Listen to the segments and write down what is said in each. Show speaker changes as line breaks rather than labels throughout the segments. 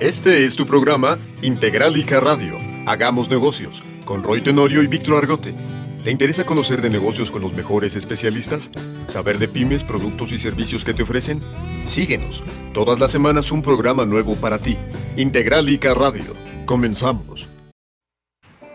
Este es tu programa Integralica Radio. Hagamos negocios con Roy Tenorio y Víctor Argote. ¿Te interesa conocer de negocios con los mejores especialistas? ¿Saber de pymes, productos y servicios que te ofrecen? Síguenos. Todas las semanas un programa nuevo para ti. Integralica Radio. Comenzamos.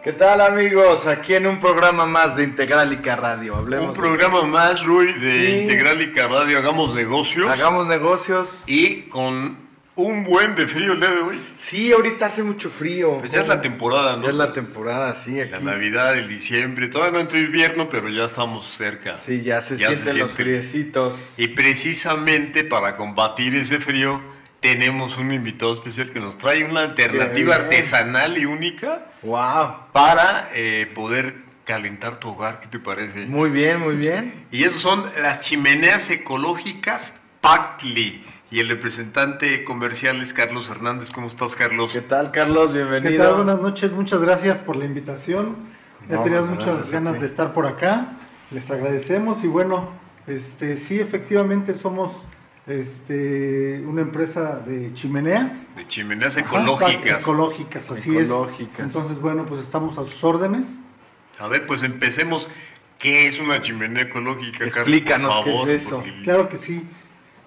¿Qué tal amigos? Aquí en un programa más de Integralica Radio. Hablemos
Un
de-
programa más, Rui, de
Sí.
Integralica Radio, Hagamos Negocios.
Hagamos negocios.
Y con un buen de frío el día de hoy.
Sí, ahorita hace mucho frío.
Pues ya es la temporada, ¿no?
Ya es la temporada, sí, aquí.
La Navidad, el diciembre, todavía no entra invierno, pero ya estamos cerca.
Sí, ya se
Ya se
sienten los
siente.
friecitos.
Y precisamente para combatir ese frío, tenemos un invitado especial que nos trae una alternativa
Qué bien.
artesanal y única
Wow.
para eh, poder calentar tu hogar, ¿qué te parece?
Muy bien, muy bien.
Y esas son las chimeneas ecológicas Pactli. Y el representante comercial es Carlos Hernández. ¿Cómo estás, Carlos?
¿Qué tal, Carlos? Bienvenido.
¿Qué tal? Buenas noches, muchas gracias por la invitación. Ya
No,
tenías
pues, gracias
muchas
a
ganas
ti.
de estar por acá. Les agradecemos y bueno, este sí efectivamente somos este una empresa de chimeneas
De chimeneas
Ajá,
ecológicas.
ecológicas, así
Ecológicas.
es. Entonces, bueno, pues estamos a sus órdenes.
A ver, pues empecemos. ¿Qué es una chimenea ecológica, Carlos?
Explícanos
Por
qué es
favor,
eso.
porque-
Claro que sí.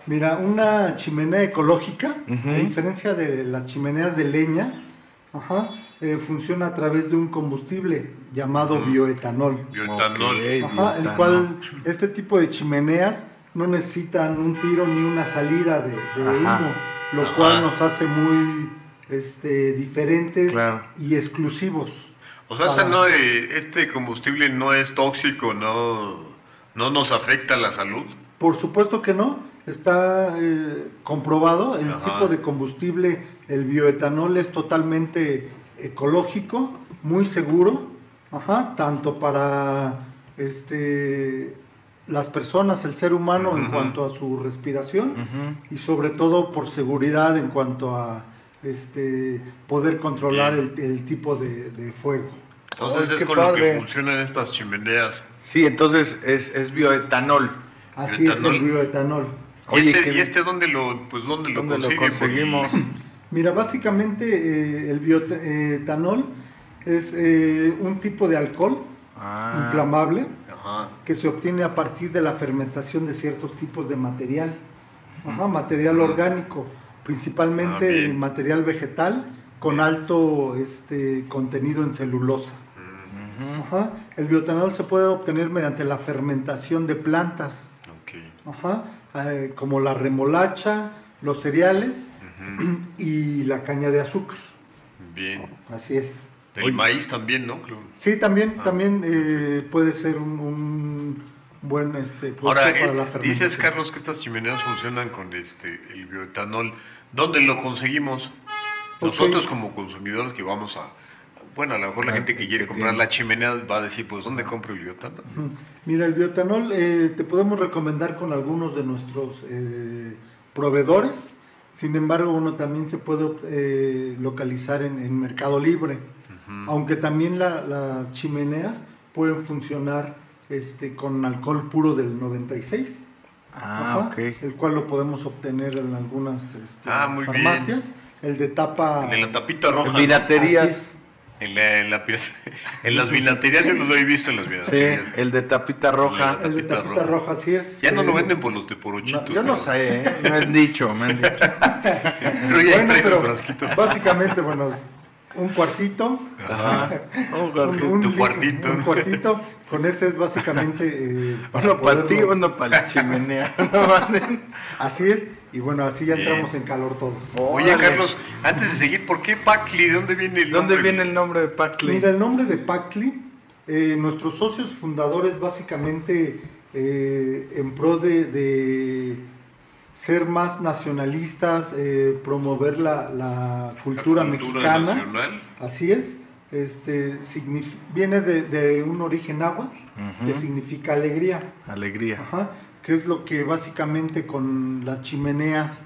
Mira, una chimenea ecológica,
Ujú.
a diferencia de las chimeneas de leña, ajá, eh, funciona a través de un combustible llamado
Ujú.
bioetanol.
Bioetanol.
Ok.
Ajá, el
Bioetano.
cual este tipo de chimeneas no necesitan un tiro ni una salida de, de
Ajá.
humo, lo
Ajá.
cual nos hace muy este, diferentes
Claro.
y exclusivos.
O sea,
Ah.
esa no, eh, este combustible no es tóxico, no, no nos afecta la salud.
Por supuesto que no, está eh, comprobado el
Ajá.
tipo de combustible, el bioetanol es totalmente ecológico, muy seguro, ajá, tanto para este, las personas, el ser humano en
Ujú.
cuanto a su respiración, y sobre todo por seguridad en cuanto a este poder controlar el, el tipo de, de fuego.
Entonces
Ay,
es
qué
con lo
padre.
que funcionan estas chimeneas.
Sí, entonces es, es bioetanol.
Así es
Bioetanol.
el bioetanol.
¿Y
Oye,
este,
qué-
y este dónde lo, pues, dónde lo
¿Dónde lo
consigue? Porque-
conseguimos?
Mira, básicamente eh, el bioetanol es eh, un tipo de alcohol
Ah.
inflamable
Ajá.
que se obtiene a partir de la fermentación de ciertos tipos de material. Ajá, material orgánico,
Mm. Ah,
principalmente
bien.
material vegetal con alto este, contenido en celulosa.
Mm,
Ajá. El biotanol se puede obtener mediante la fermentación de plantas,
Ok.
ajá, eh, como la remolacha, los cereales
Ujú,
y la caña de azúcar.
Bien.
Así es.
Del maíz también, ¿no? Creo.
Sí, también,
Ah.
también eh, puede ser un, un buen este, producto
Ahora,
para
este,
la fermentación.
dices, Carlos, que estas chimeneas funcionan con este el bioetanol. ¿Dónde lo conseguimos?
Ok.
Nosotros como consumidores que vamos a... Bueno, a lo mejor la
Ah,
gente que quiere
que
comprar
tiene.
la chimenea va a decir, pues, ¿dónde compro el bioetanol?
Ujú. Mira, el biotanol eh, te podemos recomendar con algunos de nuestros eh, proveedores. Sin embargo, uno también se puede eh, localizar en, en Mercado Libre. Aunque también la- las chimeneas pueden funcionar este, con alcohol puro del 96.
Ah,
Ajá,
ok.
El cual lo podemos obtener en algunas este,
Ah, muy bien.
farmacias. El de tapa.
El de la tapita roja.
En
¿no?
Así
vinaterías.
es.
En, la- en la pirata- en las vinaterías yo los he visto en las
Sí,
vinaterías.
el de tapita roja.
La
El de
tapita
tapita
roja.
roja, así es.
Ya no
Eh,
lo venden por los de
No,
porochitos.
yo no sé, ¿eh? me han dicho, me han dicho.
Pero ya
Bueno,
trae su
pero
frasquito.
Básicamente, bueno, es un cuartito.
Ajá.
Un
Un,
cuartito.
un
Tu
li-
cuartito.
un cuartito. Con ese es básicamente. eh, para
Uno para ti,
poderlo-
uno para la chimenea. ¿no, vale?
Así es. Y bueno, así ya
Bien.
entramos en calor todos.
Oye,
Órale.
Carlos, antes de seguir, ¿por qué Pacli? ¿De dónde viene el
¿Dónde
nombre?
viene el nombre de Pactli?
Mira, el nombre de Pactli, eh, nuestros socios fundadores básicamente eh, en pro de, de ser más nacionalistas, eh, promover la, la
La
cultura mexicana,
nacional.
así es, este, signif- viene de, de un origen náhuatl
Ujú.
que significa alegría.
Alegría.
Ajá, que es lo que básicamente con las chimeneas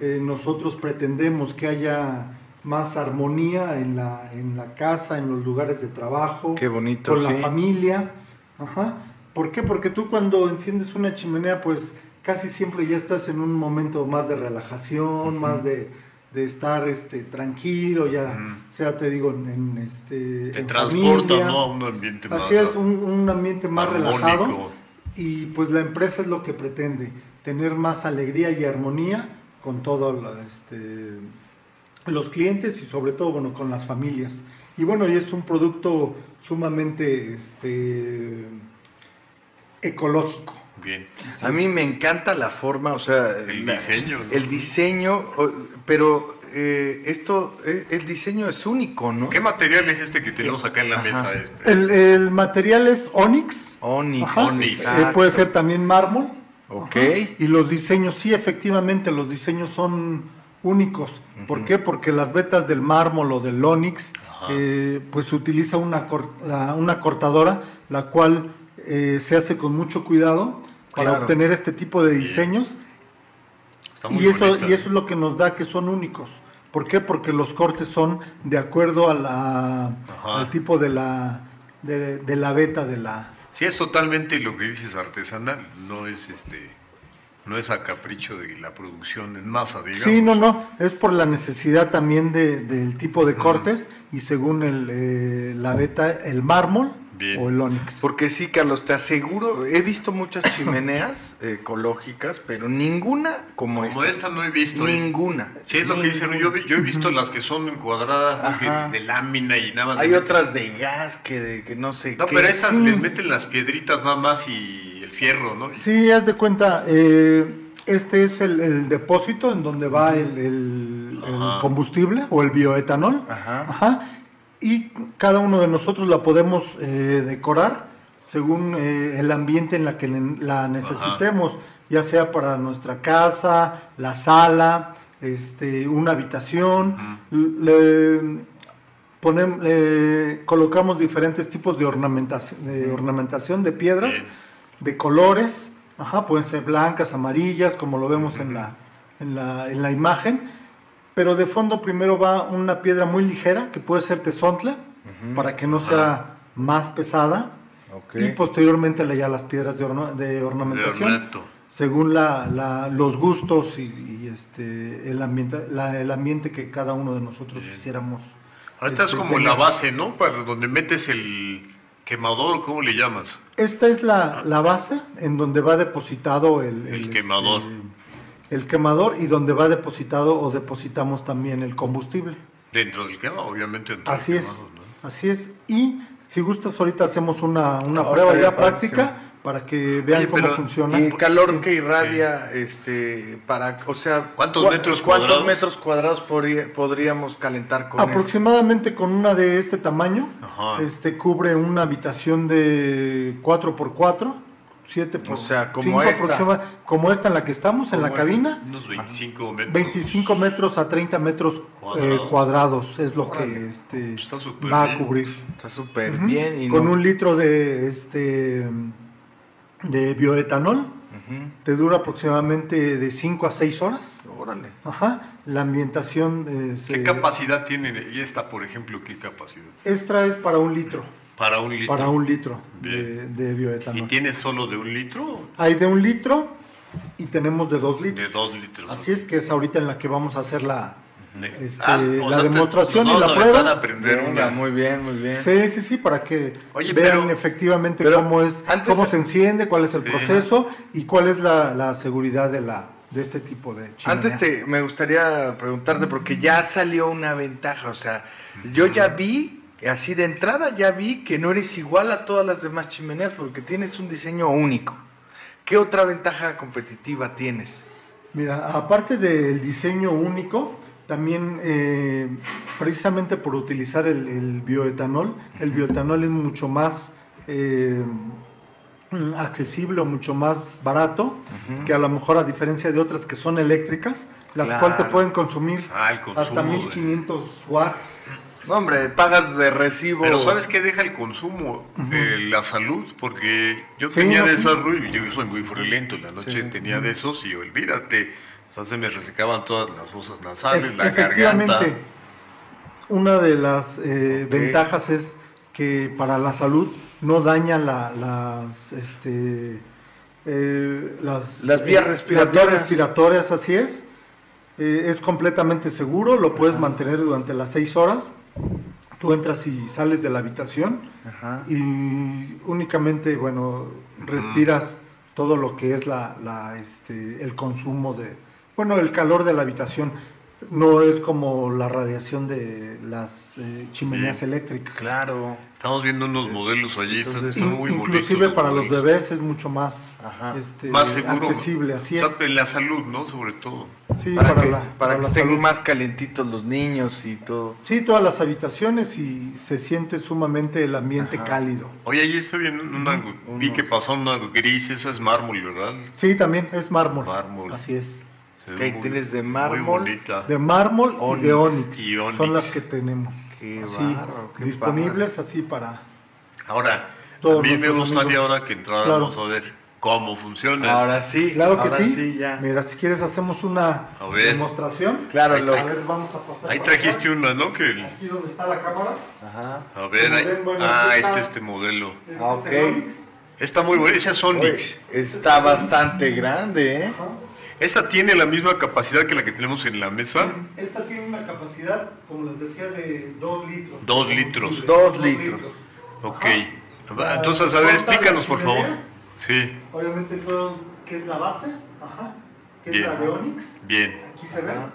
eh, nosotros pretendemos que haya más armonía en la, en la casa, en los lugares de trabajo,
Qué bonito,
con
sí.
la familia. Ajá. ¿Por qué? Porque tú cuando enciendes una chimenea, pues casi siempre ya estás en un momento más de relajación, más de de estar este, tranquilo, ya
Ujú.
sea, te digo, en, en, este...
Te
en
transporta
familia.
¿no? a un ambiente más
Así es, un, un ambiente más
armónico.
relajado y pues la empresa es lo que pretende, tener más alegría y armonía con todos este, los clientes y sobre todo, bueno, con las familias. Y bueno, y es un producto sumamente este, ecológico.
Bien.
A mí me encanta la forma, o sea,
El
la-
diseño. ¿no?
el diseño, o- pero eh, esto, eh, el diseño es único, ¿no?
¿Qué material es este que tenemos acá en la
Ajá.
mesa? Espe?
El, el material es Onyx,
Onix.
Ajá.
Onyx.
eh, puede ser también mármol.
Ok.
Ajá. Y los diseños, sí, efectivamente, los diseños son únicos. ¿Por qué? Porque las vetas del mármol o del onix,
Ajá.
eh, pues se utiliza una, cor- la- una cortadora, la cual eh, se hace con mucho cuidado para
Claro.
obtener este tipo de
Bien.
diseños.
Está muy
Y eso,
bonito,
y
¿eh?
eso es lo que nos da que son únicos. ¿Por qué? Porque los cortes son de acuerdo a la,
Ajá.
al tipo de la, de, de la veta de la...
Sí, es totalmente lo que dices artesanal, no es este, no es a capricho de la producción en masa, digamos.
Sí, no, no, es por la necesidad también de- del tipo de cortes y según el, eh, la beta, el mármol
Bien.
o el onix.
Porque sí, Carlos, te aseguro, he visto muchas chimeneas eh, ecológicas, pero ninguna como,
Como esta no he visto. ¿eh?
Ninguna.
Sí, es lo que dicen. Yo, vi- yo he visto las que son encuadradas de-
Ajá.
de, lámina y nada más.
Hay
le
otras de gas que, de, que no sé
meten- No,
qué.
pero esas
Sí.
les meten las piedritas nada más y el fierro, ¿no?
Sí, haz de cuenta, eh, este es el, el depósito en donde va el, el- el
Ajá.
combustible o el bioetanol.
Ajá.
Ajá. Y cada uno de nosotros la podemos eh, decorar según eh, el ambiente en la que ne- la necesitemos, ya sea para nuestra casa, la sala, este, una habitación. Le- ponem- le colocamos diferentes tipos de ornamentación de, ornamentación de piedras,
Bien.
de colores, ajá, pueden ser blancas, amarillas, como lo vemos en, la, en, la, en la imagen. Pero de fondo primero va una piedra muy ligera, que puede ser tesontla, para que no sea más pesada.
Ok.
Y posteriormente le- ya las piedras de, orna- de
De
ornamentación,
ornato.
según la- la- los gustos y, y, este, el, ambiente, la- el ambiente que cada uno de nosotros
Bien.
quisiéramos.
Ahorita es
este,
como la
tener.
base, ¿no? Para donde metes el quemador, ¿cómo le llamas?
Esta es la, la base en donde va depositado el,
El quemador.
este, el quemador y donde va depositado o depositamos también el combustible.
Dentro del quema, obviamente. dentro del
Así es,
quemador, ¿no?
así es. Y si gustas, ahorita hacemos una, una
Ah,
prueba
estaría
ya práctica
padrísimo.
para que vean
Oye,
cómo
pero,
funciona.
Y el calor
Sí.
que irradia, este, para, o sea,
¿Cuántos
cua-
metros
¿cuántos
cuadrados?
metros cuadrados podría- podríamos calentar con esto?
Aproximadamente con una de este tamaño,
Ajá.
este cubre una habitación de 4x4, 7
O
por
sea, como
5
esta.
aproxima- como esta en la que estamos, en la
Como
cabina.
Unos 25 metros.
25 metros a 30 metros
Cuadrados.
eh, cuadrados es lo
Órale.
que este,
Pues Está súper
va a
bien.
cubrir.
Está súper
Ujú.
bien. Y
Con
no-
un litro de, este, de bioetanol,
Ujú.
te dura aproximadamente de 5 a 6 horas.
Órale.
Ajá. La ambientación es,
¿Qué
eh,
capacidad tiene? Y esta, por ejemplo, ¿qué capacidad?
extra es para un litro,
Para un litro.
para un litro de,
Bien.
de
¿Y
bioetanol.
tiene solo de un litro?
Hay de un litro y tenemos de 2
De
litros.
dos litros.
Así es que es ahorita en la que vamos a hacer la...
De- Ah,
este,
o
la
te-
demostración
nos
y la
vamos a aventar
prueba.
a aprender
Venga,
una.
muy bien, muy bien.
Sí, sí, sí, para que
Oye,
vean
pero-
efectivamente
pero
cómo es,
antes-
cómo se enciende, cuál es el
Sí.
proceso y cuál es la, la seguridad de la de este tipo de chimeneas.
Antes te, me gustaría preguntarte, porque ya salió una ventaja, o sea, yo ya vi, así de entrada ya vi que no eres igual a todas las demás chimeneas porque tienes un diseño único. ¿Qué otra ventaja competitiva tienes?
Mira, aparte del diseño único, también eh, precisamente por utilizar el, el bioetanol, el bioetanol es mucho más eh, mm, accesible o mucho más barato que a lo mejor a diferencia de otras que son eléctricas, las
Claro.
cuales te pueden consumir
Ah, el consumo,
hasta
de-
1500 watts.
No, hombre, pagas de recibo.
Pero ¿sabes qué deja el consumo? Eh, la salud, porque yo
Sí,
tenía
no,
de
sí.
esas, Rui, yo soy muy friolento, en la noche tenía de esos y olvídate, o sea, se me resecaban todas las fosas nasales,
Ef-
la garganta.
una de las eh,
Ok.
ventajas es que para la salud no daña la- las, este, eh, las,
Las vías
eh,
respiratorias.
respiratorias, así es. eh, es completamente seguro, lo puedes mantener durante las seis horas. Tú entras y sales de la habitación
Ajá.
y únicamente, bueno, respiras todo lo que es la, la, este, el consumo de, bueno, el calor de la habitación. No es como la radiación de las eh, chimeneas eléctricas.
Claro.
Estamos viendo unos modelos allí, están-
Entonces,
están
In-
muy bonitos.
inclusive
los
para los
modelos.
bebés es mucho más,
Ajá.
este,
Más seguro.
accesible, así es.
Está en la salud, ¿no? Sobre todo.
Sí,
para, que,
la-
para
para
que
la
estén
salud.
más calentitos los niños y todo.
Sí, todas las habitaciones y se siente sumamente el ambiente
Ajá.
cálido.
Oye, allí estoy viendo una. Vi que pasó una gris, esa es mármol, ¿verdad?
Sí, también es mármol.
Mármol.
Así es.
Se ve
Que ahí
muy-
tienes de
muy
mármol,
bonita.
De mármol y de
Onix.
ónix.
Y onix.
Son las que tenemos.
Qué
así,
bárbaro, qué
disponibles así para...
Ahora,
Todos
a mí me
nuestros
gustaría
amigos.
ahora que entráramos
Claro.
a ver cómo funciona.
Ahora sí.
Claro que
ahora
sí.
ya.
Mira, si quieres hacemos una
A ver.
demostración.
Claro,
Ahí
lo-
A ver, vamos a pasar.
Ahí
para acá.
este
trajiste una, ¿no? Que el-
Aquí donde está la cámara.
Ajá.
a ver,
Como
ahí-
ven, bueno,
ah,
aquí
este
está.
este modelo.
Este
Ah,
es el
ok.
Onix.
Está muy buena, esa es Onix.
Oye, está bastante grande, ¿eh?
Ajá.
Esta tiene la misma capacidad que la que tenemos en la mesa.
Esta tiene una capacidad, como les decía, de 2 litros.
Dos litros.
Dos litros.
Ok.
Ajá.
Entonces, a ver,
Ah. Corta la
explícanos, por favor.
chimenea.
Sí,
Obviamente todo, que es la base, ajá, que
Bien.
es la de Onyx.
bien.
Aquí se ve.
Ajá.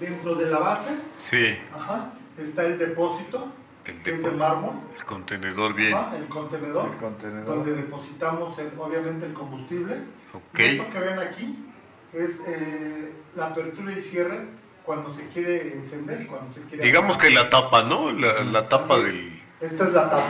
Dentro de la base,
Sí,
ajá, está el depósito,
El
que es de
depósito.
mármol,
el contenedor, bien.
ajá, el contenedor,
El contenedor.
donde depositamos el- obviamente el combustible.
Ok.
Y Esto que ven aquí es eh, la apertura y cierre cuando se quiere encender y cuando se quiere
Digamos que
apagar.
la tapa, ¿no? La, la tapa
Así es.
del...
Esta es la tapa.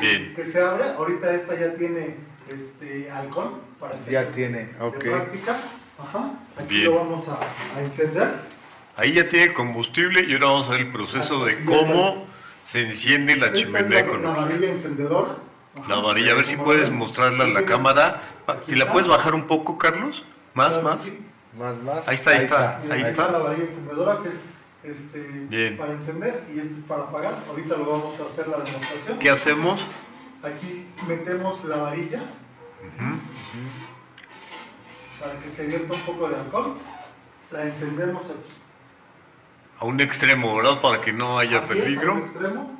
Bien.
que se abre. Ahorita esta ya tiene este alcohol para efectos
Ya tiene, ok.
de práctica. Ajá. Aquí
Bien.
lo vamos a, a encender.
Ahí ya tiene combustible y ahora vamos a ver el proceso de cómo se enciende la
Esta es
chimenea
la-
con
la, varilla encendedora. Ajá.
la varilla. A ver si
Como
puedes
ven,
mostrarla a la
tiene-
cámara. Pa-
Aquí
Si la
está.
puedes bajar un poco, Carlos. Más,
Claro que
más.
sí.
Más, más.
Ahí está, ahí está.
Mira,
Ahí
aquí
está.
la varilla encendedora que es este,
Bien.
para encender y este es para apagar. Ahorita lo vamos a hacer la demostración.
¿Qué hacemos?
Aquí metemos la varilla
Ujú.
para que se vierta un poco de alcohol. La encendemos aquí.
A un extremo, ¿verdad? Para que no haya
Así es, al
peligro.
extremo.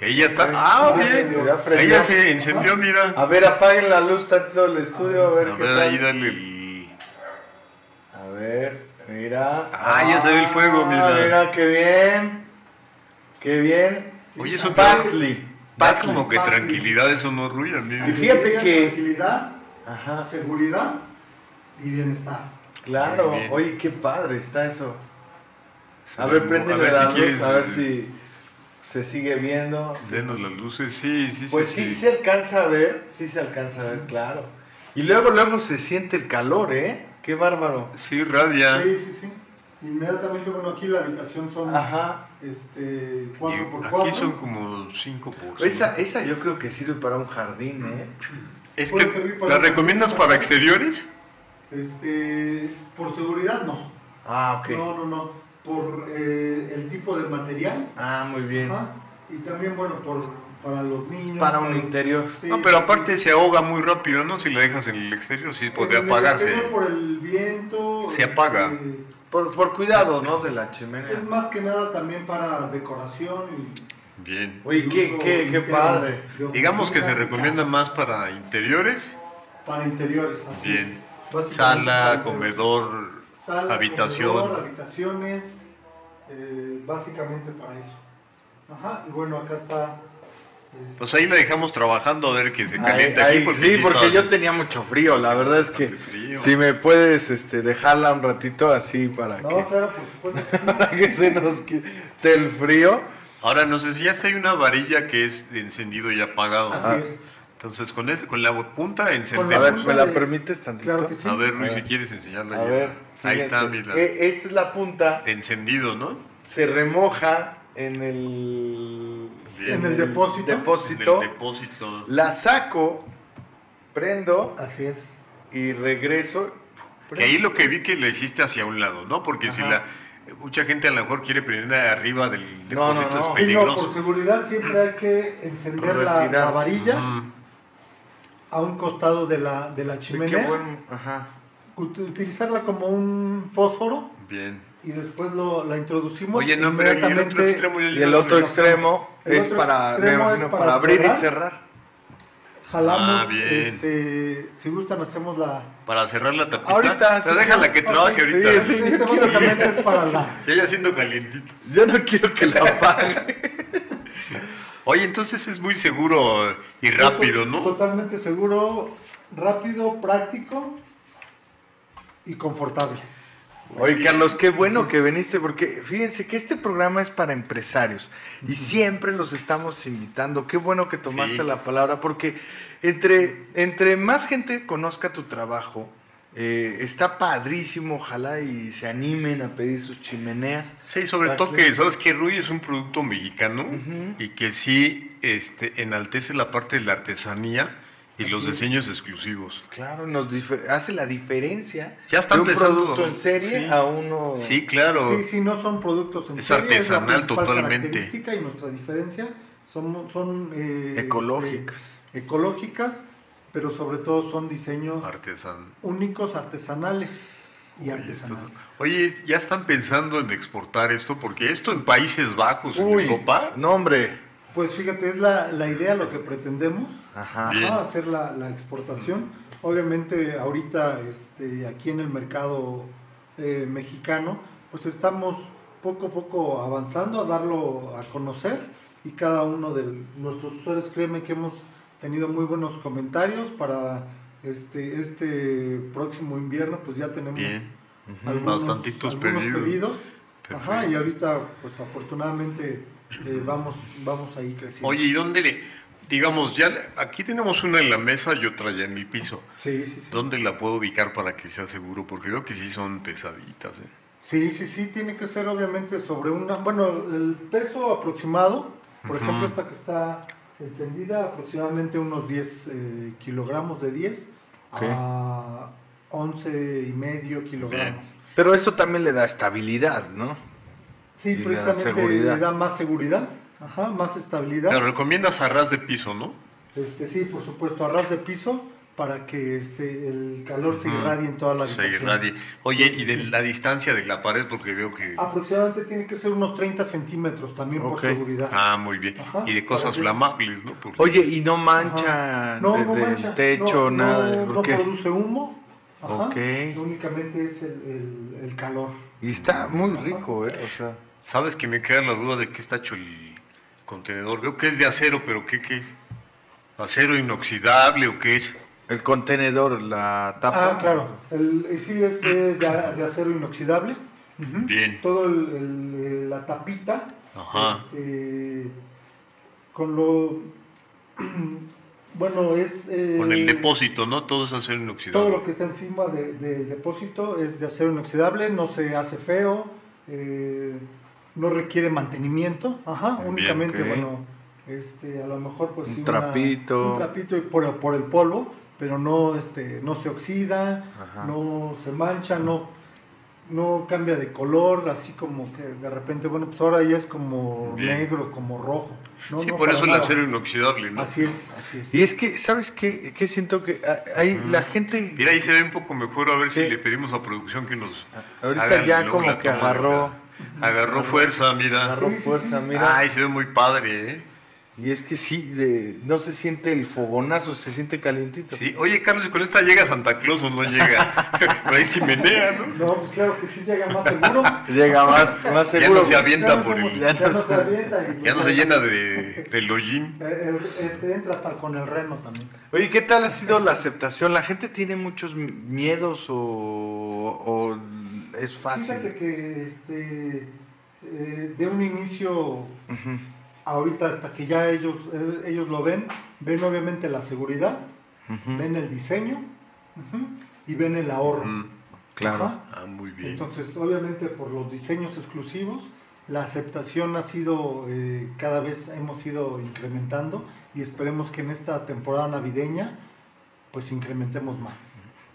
Y ahí ya está. Ah,
Ya
bien.
prendió,
ya
Ahí
prendió.
ya se encendió, mira.
A ver, apaguen la luz tantito del estudio, a
A
ver qué
ver,
tal.
ahí dale el...
A ver, mira.
Ah, ya se ve el fuego, mira.
Mira, qué bien. Qué bien.
Oye, eso
Pactli.
Da como que
Pacli.
tranquilidad, eso no ruido.
Y
mira.
fíjate
Alegría,
que-
Tranquilidad,
Ajá,
seguridad y bienestar.
claro.
Muy bien.
Oye, qué padre está eso. A
Se
ver,
ve-
préndeme la luz,
quieres,
a ver
eh,
si se sigue viendo.
Denos las luces, sí, sí, sí.
Pues sí, se alcanza a ver, sí se alcanza a ver, claro. Y luego, luego se siente el calor, ¿eh? Qué bárbaro.
Sí, radia.
Sí, sí, sí. Inmediatamente, bueno, aquí la habitación son
Ajá.
este,
Y
4x4.
Aquí son como 5 por
Esa, esa yo creo que sirve para un jardín, ¿eh?
Es
Puede servir
que
para-
la recomiendas para exteriores.
Este, por seguridad, no.
Ah, ok.
No, no, no. Por eh, el tipo de material.
Ah, muy bien.
Ajá. Y también, bueno, por, para los niños.
Para un
los-
interior.
Sí,
no, pero
sí,
aparte
sí.
se ahoga muy rápido, ¿no? Si la dejas en el exterior, sí podría
En el interior
apagarse.
Por el viento.
Se apaga.
este,
Por, por cuidado, ¿no? De la chimenea.
Es más que nada también para decoración y
Bien.
Oye, qué, qué, qué padre.
Digamos que se recomienda
recomienda
más para interiores,
Para interiores, así
Bien.
es. Básicamente para
sala,
interiores.
comedor,
Sala,
habitación.
comedor, habitaciones, eh, básicamente para eso. Ajá, y bueno, acá está. este,
Pues ahí la dejamos trabajando a ver que se
Ahí-
calienta
ahí-
aquí. Porque
sí,
aquí
porque
está-
yo tenía mucho frío. La verdad es que
Bastante frío.
si me puedes este, dejarla un ratito así para
no,
que,
claro, por supuesto. que sí.
para que se nos quite el frío.
Ahora nos enseñaste hay una varilla que es de encendido y apagado.
Así
Ah.
es.
Entonces con, es- con la punta
A
encendemos.
ver,
punta
¿me la
de-
permites tantito?
Claro que sí.
A ver,
A
Luis, si
ver.
quieres enseñarla.
A
ya.
ver,
Ahí está,
fíjense.
mira.
E- Esta es la punta,
De encendido, ¿no?
se remoja en el,
Bien.
En el depósito.
depósito,
En el depósito.
La saco, prendo
Así es.
y regreso.
Que ahí lo que vi que lo hiciste hacia un lado, ¿no? Porque si
Ajá.
la mucha gente a lo mejor quiere prender arriba del depósito
No, no, no.
es
Sí, no,
peligroso.
por seguridad siempre hay que encender la, la
Retirarse.
varilla
Mm,
a un costado de la, de la
Sí, qué
chimenea.
bueno. Ajá.
ut- utilizarla como un fósforo
Bien.
y después lo, la introducimos.
Oye, no, pero y el otro
inmediatamente-
extremo yo
Y
yo
el
no
otro
sé.
extremo
El
es
otro
para, me
extremo es
imagino,
para
para abrir y
cerrar.
cerrar.
Jalamos,
Ah, bien.
este, si gustan hacemos la...
Para cerrar la tapita.
Ahorita,
O sea,
sí,
déjala que
ok,
trabaje
sí,
ahorita.
sí. yo
este
quiero-
básicamente es para la...
Ya ya siendo calientito.
Yo no quiero que la apague.
Oye, entonces es muy seguro y
pues,
rápido, ¿no?
Totalmente seguro, rápido, práctico y confortable.
Oye, Carlos, qué bueno que viniste, porque fíjense que este programa es para empresarios y siempre los estamos invitando. Qué bueno que tomaste
Sí.
la palabra, porque entre, entre más gente conozca tu trabajo, eh, está padrísimo, ojalá y se animen a pedir sus chimeneas.
Sí, sobre
Para
todo
que-
que, ¿sabes que Ruy es un producto mexicano
Ujú.
y que sí este, enaltece la parte de la artesanía y los
Así es.
diseños exclusivos.
Claro, nos dife- hace la diferencia
Ya está
de un
empezando,
producto en serie
sí.
a uno.
Sí, claro.
Sí, sí, no son productos en
Es
serie, la
artesanal
principal
totalmente.
característica y nuestra diferencia son, son eh,
Ecológicas.
este, ecológicas, pero sobre todo son diseños
Artesano.
únicos, artesanales y
Oye, esto-
artesanales.
Oye, ya están pensando en exportar esto, porque esto en Países Bajos, en
Uy,
Europa,
no, hombre.
Pues fíjate, es la, la idea, lo que pretendemos,
Ajá.
Bien.
ajá, hacer la, la exportación. Obviamente ahorita este, aquí en el mercado eh, mexicano, pues estamos poco a poco avanzando a darlo a conocer y cada uno de nuestros usuarios, créeme que hemos tenido muy buenos comentarios para este, este próximo invierno, pues ya tenemos
bien.
Ujú.
algunos,
Bastantitos
algunos
pedidos.
pedidos.
perfecto.
Ajá, y ahorita pues afortunadamente eh, vamos, vamos ahí creciendo.
Oye, ¿y dónde le.? Digamos, ya le- aquí tenemos una en la mesa y otra ya en el piso.
Sí, sí, sí.
¿Dónde la puedo ubicar para que sea seguro? Porque veo que sí son pesaditas. ¿eh?
Sí, sí, sí, tiene que ser obviamente sobre una, bueno, el peso aproximado, por
Ujú.
ejemplo, esta que está encendida, aproximadamente unos 10 eh, kilogramos de 10
Ok.
a 11 y medio kilogramos.
Pero eso también le da estabilidad, ¿no?
Sí,
Y le da
precisamente
seguridad.
le da más seguridad, ajá, más estabilidad.
La recomiendas a ras de piso, ¿no?
Este, sí, por supuesto, a ras de piso para que este, el calor se
Ujú.
irradie en toda la
Se
habitación.
irradie. Oye,
Sí,
¿y
sí,
de
sí. Ah,
la distancia de la pared? Porque veo que.
Aproximadamente tiene que ser unos 30 centímetros también
Ok.
por seguridad.
Ah, muy bien.
Ajá,
y de cosas
para que-
flamables, ¿no? Porque-
Oye, y no mancha
Ajá. No,
de-
no
del
mancha,
techo,
no, no,
nada.
No,
¿por qué?
produce humo. Ajá.
Ok.
Únicamente es el, el- el calor.
Y está muy rico, ¿eh? O sea,
¿Sabes que me queda la duda de qué está hecho el contenedor? Veo que es de acero, pero ¿qué, qué es? ¿Acero inoxidable o qué es?
el contenedor, la tapa.
Ah, claro. El, eh, sí, es eh, de, de acero inoxidable. Ujú.
Bien.
Todo el- el- eh, la tapita.
Ajá.
este, con lo. Bueno, es. eh,
Con el depósito, ¿no? Todo es acero inoxidable.
Todo lo que está encima de- del depósito es de acero inoxidable, no se hace feo, eh, no requiere mantenimiento, ajá,
Bien,
únicamente,
ok.
bueno, este, a lo mejor pues
Un
sí,
trapito.
un trapito y por, por el polvo, pero no, este, no se oxida,
Ajá.
no se mancha, no, no cambia de color, así como que de repente, bueno, pues ahora ya es como
Bien.
negro, como rojo. ¿no?
sí,
No,
por
para
eso el
nada.
acero inoxidable, ¿no?
Así es, así es.
Y es que, ¿sabes qué? Que siento que ah, hay la gente.
Mira, ahí se ve un poco mejor, a ver
Sí.
si le pedimos a producción que nos...
ahorita
haga
ya
luego
como
la
que
toma de
agarró,
verdad. Agarró fuerza, mira.
agarró
Sí, sí,
fuerza,
sí.
mira.
Ay, se ve muy padre, ¿eh?
Y es que sí, de- no se siente el fogonazo, se siente calientito.
Sí, oye, Carlos, ¿y con esta llega Santa Claus o no llega? Trae chimenea, ¿no?
No, pues claro que sí llega más seguro.
Llega más, más
Ya
seguro.
no se avienta
Ya no
por
se-
el-
ya
ya no
no se
se-
avienta y-
Ya no se llena de, de hollín.
El- el- este entra hasta con el reno también.
Oye, ¿qué tal ha sido la aceptación? ¿La gente tiene muchos mi- miedos o, o es
Fíjate
fácil?
que este, eh, de un inicio
Ujú.
ahorita hasta que ya ellos, eh, ellos lo ven, ven obviamente la seguridad,
Ujú,
ven el diseño ujú, y ven el ahorro.
Mm,
Claro.
Ajá.
Ah, muy bien.
Entonces, obviamente por los diseños exclusivos, la aceptación ha sido, eh, cada vez hemos ido incrementando y esperemos que en esta temporada navideña, pues incrementemos más.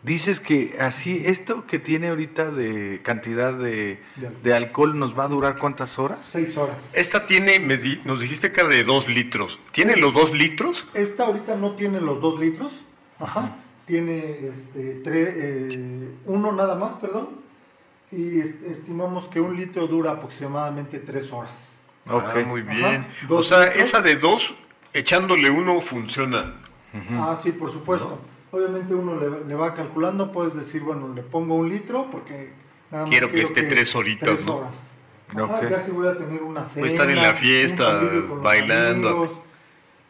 Dices que así, esto que tiene ahorita de cantidad de,
de algo.
de alcohol nos va a durar cuántas horas?
Seis horas.
Esta tiene, me di- nos dijiste que era de 2 litros. ¿Tiene los 2 litros?
Esta ahorita no tiene los dos litros, ajá, tiene este, tre- eh, uno nada más, perdón, y est- estimamos que un litro dura aproximadamente tres horas.
Ok.
Ah, muy bien. O
Dos
sea,
litros.
esa de dos, echándole uno, funciona. Mm.
Ah, sí, por supuesto. Obviamente uno le, le va calculando, puedes decir, bueno, le pongo un litro porque nada más
Quiero que esté tres horitas,
tres
¿no?
horas. Ajá,
Ok.
ya si voy a tener una cena.
estar en la
un
fiesta,
convivio con los
bailando.
amigos,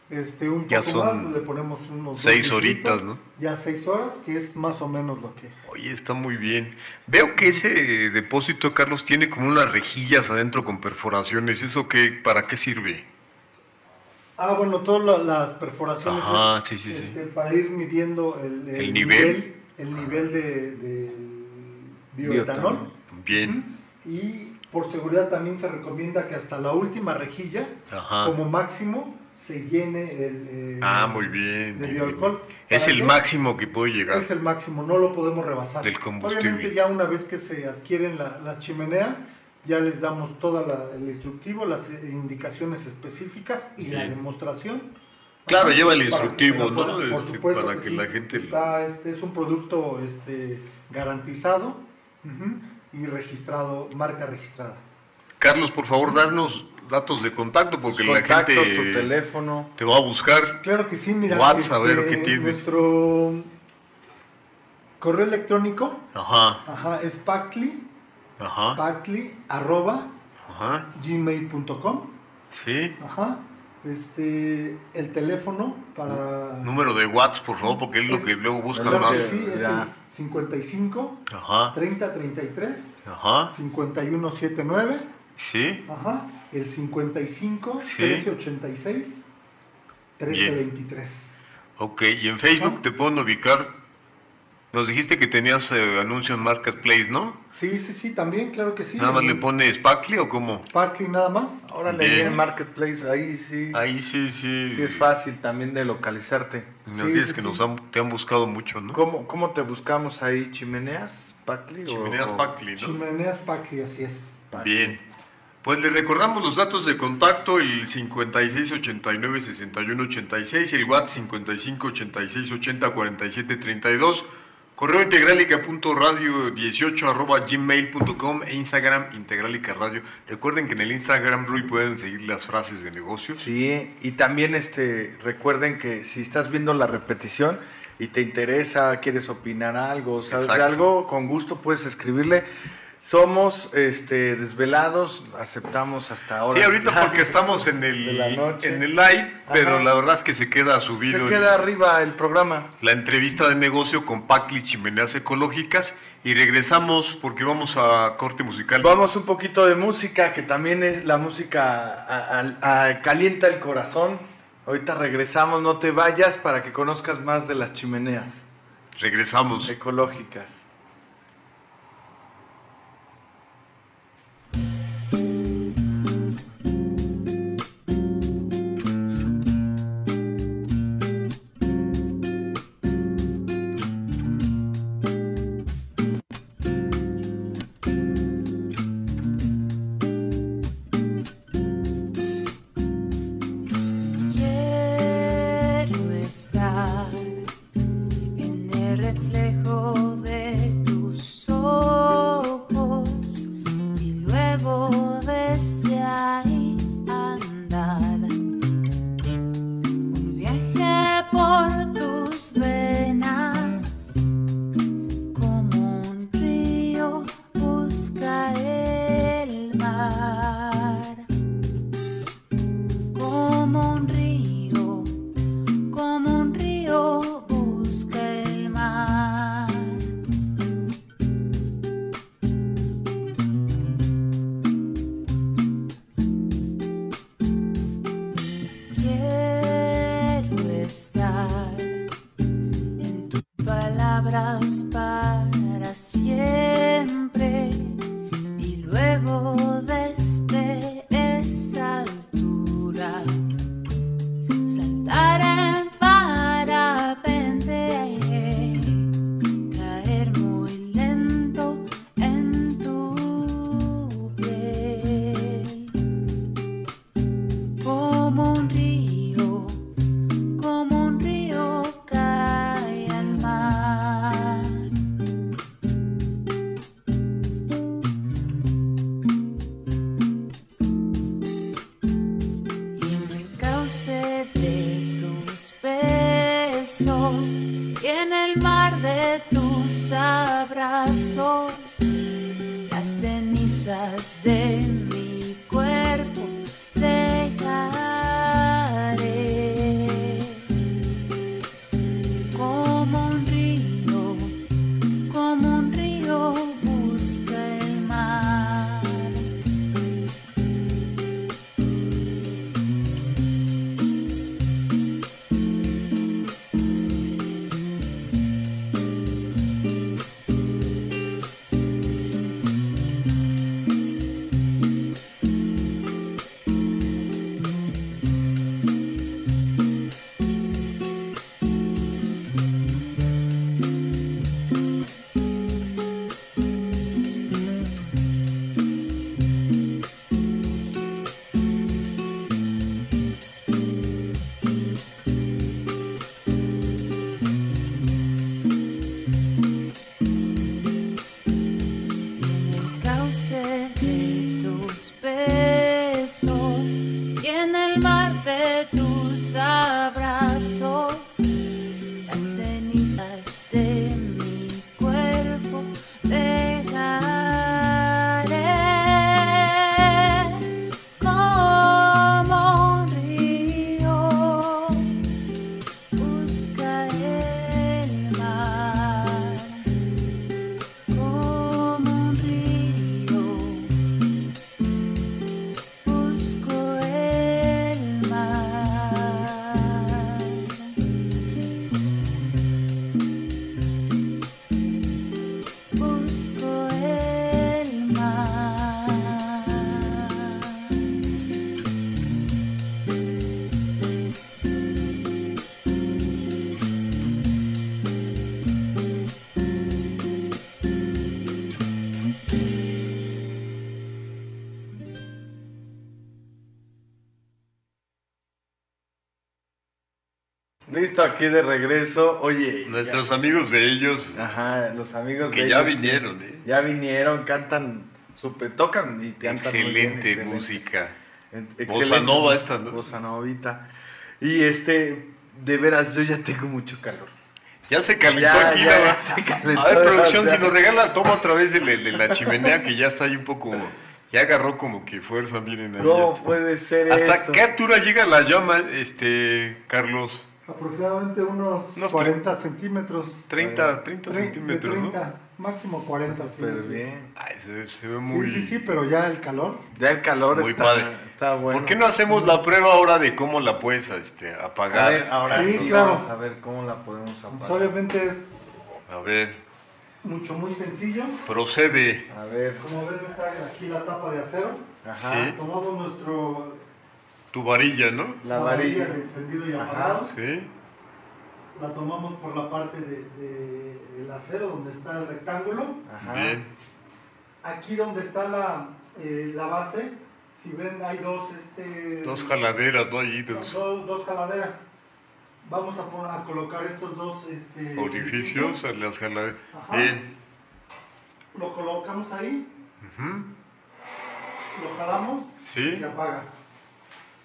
este, un
Ya
poco más,
son
le ponemos unos dos
seis
litritos,
horitas, ¿no?
Ya seis horas, que es más o menos lo que...
Oye, está muy bien. Veo que ese eh, depósito, Carlos, tiene como unas rejillas adentro con perforaciones. ¿Eso qué, para qué sirve?
Ah, bueno, todas la- las perforaciones
Ajá,
es,
sí, sí, sí.
este, para ir midiendo el,
¿El nivel?
el nivel de, de
Bioetanol.
bioetanol.
Bien.
Y por seguridad también se recomienda que hasta la última rejilla,
Ajá.
como máximo, se llene el, eh,
Ah, muy bien.
de
bien,
bioalcohol.
bien. Es
¿Para
el
qué?
máximo que puede llegar.
Es el máximo, no lo podemos rebasar.
Del combustible.
Obviamente ya una vez que se adquieren la- las chimeneas, ya les damos todo el instructivo, las eh, indicaciones específicas y la
Bien.
demostración.
Claro,
Ajá,
lleva el
para que
instructivo,
se la pueda-
¿no?
Por
Este,
supuesto
para
que
que
sí,
la gente lo-
está, este, es un producto este, garantizado ujú, y registrado, marca registrada.
Carlos, por favor, darnos datos de contacto porque
Contactos,
la
tu
gente
teléfono.
te va a buscar.
Claro que sí, mira. este,
WhatsApp, a ver, ¿qué tienes?
Nuestro correo electrónico
Ajá,
ajá, es pactli,
ajá,
pactli, arroba,
ajá.
gmail.com.
Sí.
Ajá. Este, el teléfono para...
Número de WhatsApp, por favor, porque es lo
Es-
que luego buscan
Claro que
más.
sí, es
Ya.
el 55
Ajá,
30 33
ajá,
51 79.
sí.
Ajá. El 55
Sí.
13 86 13
Bien.
23.
Ok, y en Facebook
Ajá.
te pueden ubicar. Nos dijiste que tenías eh, anuncio en Marketplace, ¿no?
Sí, sí, sí, también, claro que sí.
Nada más le pones Pacli o cómo.
Pactli nada más.
Ahora
Bien.
leí en Marketplace, ahí sí.
Ahí sí, sí.
Sí es fácil también de localizarte.
Nos
Sí,
dices
sí,
que
sí.
nos han, te han buscado mucho, ¿no?
¿Cómo, cómo te buscamos ahí? ¿Chimeneas Pacli? o-
Chimeneas
o-
Pacli, ¿no?
Chimeneas Pactli, así es.
Bien. Pues le recordamos los datos de contacto, el 5689-6186, el WhatsApp 5586804732, correo integralica.radio 18 arroba gmail.com e Instagram integralica radio. Recuerden que en el Instagram Rui pueden seguir las frases de negocios.
Sí, y también este, recuerden que si estás viendo la repetición y te interesa, quieres opinar algo, sabes de
Exacto.
algo, con gusto puedes escribirle. Somos este, desvelados, aceptamos hasta ahora.
Sí, ahorita porque estamos en
De
el,
la noche.
en el live, pero
Ajá.
la verdad es que se queda subido.
Se
en-
queda arriba el programa.
la entrevista de negocio con Pacli Chimeneas Ecológicas y regresamos porque vamos a corte musical.
Vamos un poquito de música, que también es la música a- a- a- calienta el corazón. Ahorita regresamos, no te vayas para que conozcas más de las chimeneas
Regresamos.
ecológicas.
Quiero estar en el reflejo de tus ojos y luego desde ahí andar. Un viaje por tus venas, como un río busca el mar como un río, como un río busca el mar. cenizas de mi cuerpo dejaré como un río, como un río busca el mar. en el cauce de tus besos y en el mar de tus abrazos, las cenizas de mi cuerpo dejaré como un río busca el mar como un río busco el mar busco el mar
Listo, aquí de regreso. Oye, ya-
Nuestros amigos de ellos,
ajá, los amigos pues, de
que ya
ellos,
vinieron, ¿eh?
Ya vinieron, cantan, supe, tocan y cantan muy bien,
Excelente música.
En-
Bossa nova esta, ¿no?
Bossa novita. Y este, de veras, yo ya tengo mucho calor.
Ya se calentó aquí la-
se
A ver,
calentó,
producción,
ya.
si nos regala, toma otra vez el- el de la chimenea que ya está ahí un poco. Ya agarró como que fuerza, miren ahí. ya
No
está.
puede ser
¿Hasta
eso.
qué altura llega la llama, este, Carlos?
Aproximadamente unos,
Unos
40 centímetros.
30, 30
Tre- de
centímetros, ¿no?
30, máximo 40. sí,
Súper
sí.
pues bien.
Ay, se, se ve
Sí,
muy.
sí, sí, pero ya el calor.
Ya el calor
Muy
está,
padre.
está bueno.
¿Por qué no hacemos la prueba ahora de cómo la puedes este, apagar?
A ver, ahora
Sí,
sí,
claro.
vamos a ver cómo la podemos
pues,
apagar.
obviamente es
A ver,
mucho, muy sencillo.
procede.
A ver,
Como ven, está aquí la tapa de acero.
ajá.
Sí.
Tomamos nuestro
Tu varilla, ¿no?
La varilla.
de encendido y
Ajá.
apagado.
Sí.
La tomamos por la parte del de, el acero donde está el rectángulo.
Ajá.
Bien.
Aquí donde está la, eh, la base, si ven, hay dos, este,
Dos jaladeras, ¿no? Allí dos.
dos- dos jaladeras. Vamos a, pon- a colocar estos dos este,
Orificios, a las jaladeras.
Ajá.
Bien.
Lo colocamos ahí,
Ujú.
lo jalamos y
Sí.
se apaga.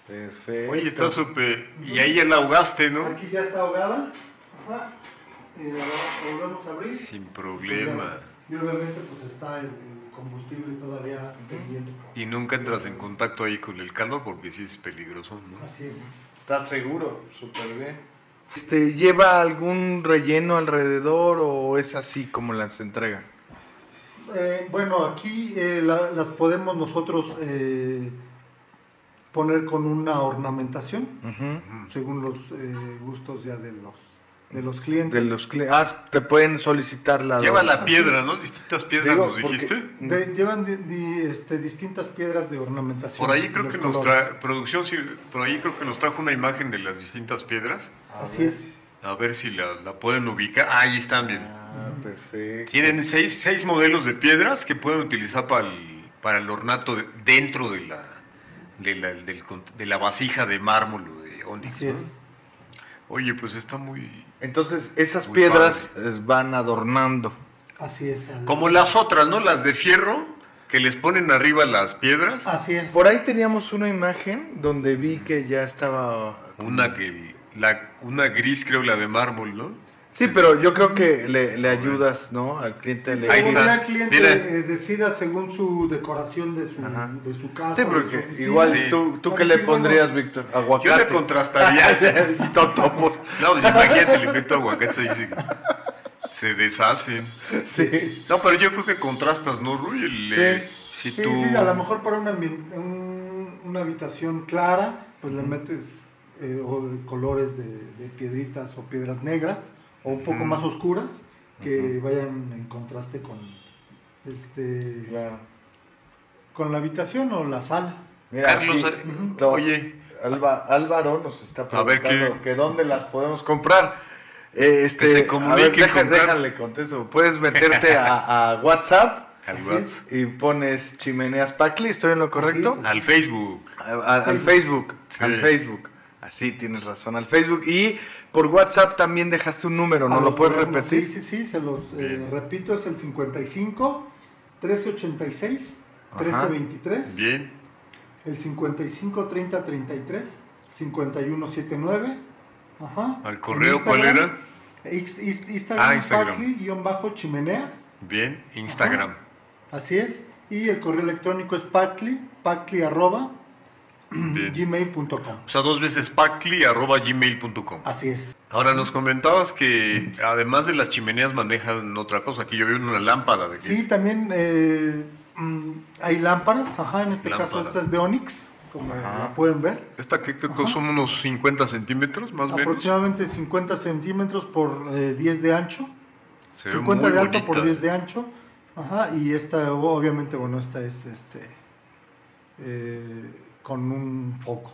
Perfecto.
Oye, está súper. Y ahí ya la ahogaste, ¿no?
Aquí ya está ahogada. Ajá. Y la volvemos a abrir.
Sin problema.
Y obviamente pues está el, el combustible todavía pendiente.
Y nunca entras en contacto ahí con el calor porque sí es peligroso, ¿no?
Así es.
Está seguro, súper bien. Este, ¿Lleva algún relleno alrededor o es así como las entregan?
Eh, bueno, aquí eh, la- las podemos nosotros eh, poner con una ornamentación,
Ujú.
según los eh, gustos ya de los, de los clientes.
De los cli- ah, te pueden solicitar la
Lleva
dona.
la piedra, ¿no? Distintas piedras
Digo,
nos
porque-
dijiste.
Mm. De- llevan di- di- este, distintas piedras de ornamentación.
Por ahí creo
los
que nos
colores.
trae, producción, sí, por ahí creo que nos trajo una imagen de las distintas piedras.
Así es.
A ver si la, la pueden ubicar. Ah, ahí están bien.
Ah, perfecto.
Tienen seis, seis modelos de piedras que pueden utilizar para el, para el ornato de- dentro de la, de, la, del con- de la vasija de mármol o de ónix.
Así
¿no?
es.
Oye, pues está muy...
Entonces, esas
Muy
piedras eh, van adornando.
Así es. al-
Como las otras, ¿no? Las de fierro, que les ponen arriba las piedras.
Así es.
Por ahí teníamos una imagen donde vi que ya estaba.
Una, que- la, una gris, creo, la de mármol, ¿no?
Sí, pero yo creo que le, le ayudas, ¿no? Al cliente le
Ahí
Como
está.
ya el cliente
Mira.
eh, decida según su decoración de su,
Ajá.
de su casa.
Sí,
de su
porque
oficina.
igual
sí.
tú, ¿tú
Como
qué le
si,
pondrías,
bueno,
Víctor? Aguacate.
Yo le contrastaría.
Y totopos.
No, pues, imagínate el efecto aguacate, se dice, se deshacen.
Sí.
No, pero yo creo que contrastas, ¿no, Rui? El, eh, si
Sí,
tú...
sí, a lo mejor para una, ambien- un- una habitación clara, pues le metes eh, o de colores de, de piedritas o piedras negras o un poco
Ujú.
más oscuras que vayan en contraste con este
Claro.
con la habitación o la sala.
Mira,
Carlos,
aquí,
eh,
no,
oye,
Alba- Álvaro nos está
A ver, ¿qué?
preguntando que dónde las podemos comprar. Eh, este,
se
a ver,
comuniquen
deja-
con Car-
déjale contesto. Puedes meterte a, a WhatsApp
al,
Así
WhatsApp,
y pones Chimeneas Pacli, ¿estoy en lo correcto?
es.
al Facebook.
A- a- al Facebook,
Sí.
al Facebook. Así tienes razón, al Facebook. Y por WhatsApp también dejaste un número, ¿no
A
lo
los
puedes
modernos,
repetir?
Ah, Sí, sí, sí, se los eh,
Bien.
repito, es el 55 1386 1323.
Bien.
El 55 30 33 51 79. Ajá.
¿Al
En
correo cuál
Instagram,
era?
ex- inst-
Ah,
Instagram,
Instagram.
bajo chimeneas.
Bien. Instagram.
Así es. Y el correo electrónico es patli, patli arroba
Bien.
gmail.com.
O sea, dos veces pacli.gmail.com.
Así es.
Ahora nos comentabas que además de las chimeneas manejan otra cosa. Aquí yo vi una lámpara de que
Sí, también eh, mm, hay lámparas. Ajá, en este caso
Lámparas.
esta es de Onyx, como
Ajá.
la pueden ver.
esta que creo que son unos 50 centímetros más o menos.
Aproximadamente 50 centímetros por eh, 10 de ancho.
Se ve
50
muy
de alto por
bonita.
10 de ancho. Ajá, y esta, obviamente, bueno, esta es este eh, con un foco.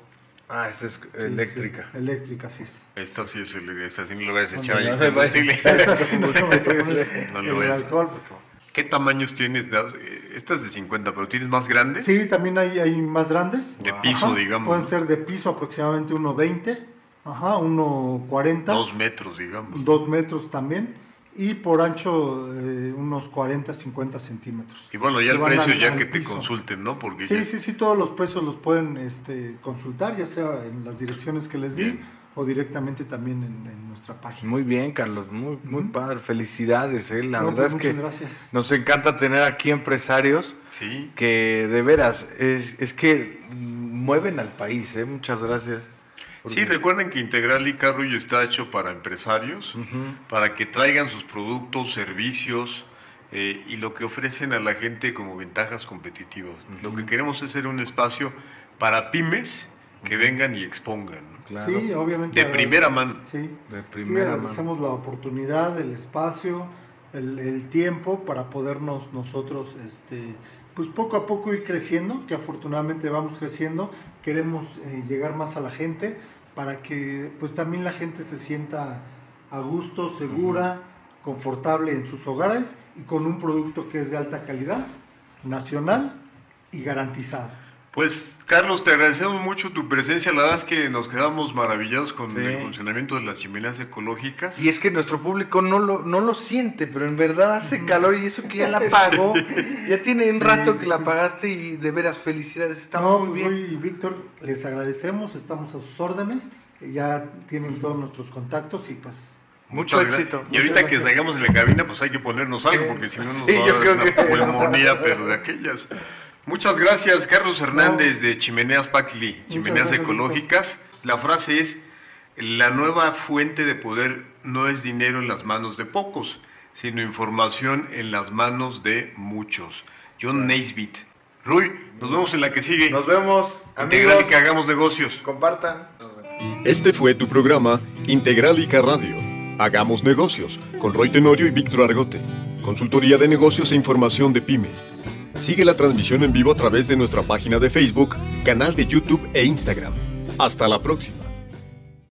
Ah, esa es
Sí,
eléctrica.
sí, eléctrica, así es.
Esta sí es el, esta sí no le vayas a echar
No,
ahí
no se vaya.
combustible.
Esta sí, no le voy a poner
No le
el
voy a-
alcohol, porque-
¿Qué tamaños tienes? de- Esta es de 50, pero ¿tienes más grandes?
Sí, también hay, hay más grandes.
De
Ajá,
piso, digamos,
Pueden
¿no?
ser de piso aproximadamente 1,20, ajá, 1,40,
Dos metros, digamos.
2 metros también, y por ancho eh, unos 40, 50 centímetros.
Y bueno, ya
Se
el
van
precio,
al-
ya
al
que te
piso.
consulten, ¿no? Porque ya-
Sí, sí, sí, todos los precios los pueden este, consultar, ya sea en las direcciones que les di
Bien.
o directamente también en, en nuestra página.
Muy bien, Carlos, muy, muy
Ujú.
padre. Felicidades, ¿eh? La
No,
verdad
pues,
es que
muchas gracias.
nos encanta tener aquí empresarios
Sí.
que de veras, es, es que mueven al país, ¿eh? Muchas gracias.
Sí, recuerden que Integral y Carruy está hecho para empresarios,
Ujú.
para que traigan sus productos, servicios eh, y lo que ofrecen a la gente como ventajas competitivas. Lo que queremos es ser un espacio para pymes que vengan y expongan. ¿no?
Claro,
Sí, obviamente.
De
agradec-
primera mano.
Sí,
de
sí,
primera mano.
agradecemos la oportunidad, el espacio, el, el tiempo para podernos nosotros, este, pues poco a poco ir creciendo, que afortunadamente vamos creciendo, queremos eh, llegar más a la gente para que pues también la gente se sienta a gusto, segura, confortable en sus hogares y con un producto que es de alta calidad, nacional y garantizado.
Pues, Carlos, te agradecemos mucho tu presencia. La verdad es que nos quedamos maravillados con
Sí.
el funcionamiento de las chimeneas ecológicas.
Y es que nuestro público no lo, no lo siente, pero en verdad hace calor y eso que ya la apagó. Ya tiene un
Sí,
rato
sí,
que la
sí.
apagaste y de veras felicidades, está
No,
muy
pues,
bien.
Rui y Víctor, les agradecemos, estamos a sus órdenes, ya tienen todos nuestros contactos y pues
Mucho
Muchas
éxito.
gracias. Y ahorita
Muchas
que
gracias.
salgamos de la cabina, pues hay que ponernos algo,
Sí.
porque si no nos
Sí,
va
yo
a
creo
dar una
que-
pulmonía, pero de aquellas. Muchas gracias, Carlos Hernández de Chimeneas Pacli, Chimeneas
gracias,
Ecológicas. La frase es, la nueva fuente de poder no es dinero en las manos de pocos, sino información en las manos de muchos. John Naisbitt. Rui, nos vemos en la que sigue.
Nos vemos,
Integral
amigos.
y que hagamos negocios.
Compartan.
Este fue tu programa Integralica Radio. Hagamos negocios con Roy Tenorio y Víctor Argote. Consultoría de negocios e información de pymes. Sigue la transmisión en vivo a través de nuestra página de Facebook, canal de YouTube e Instagram. Hasta la próxima.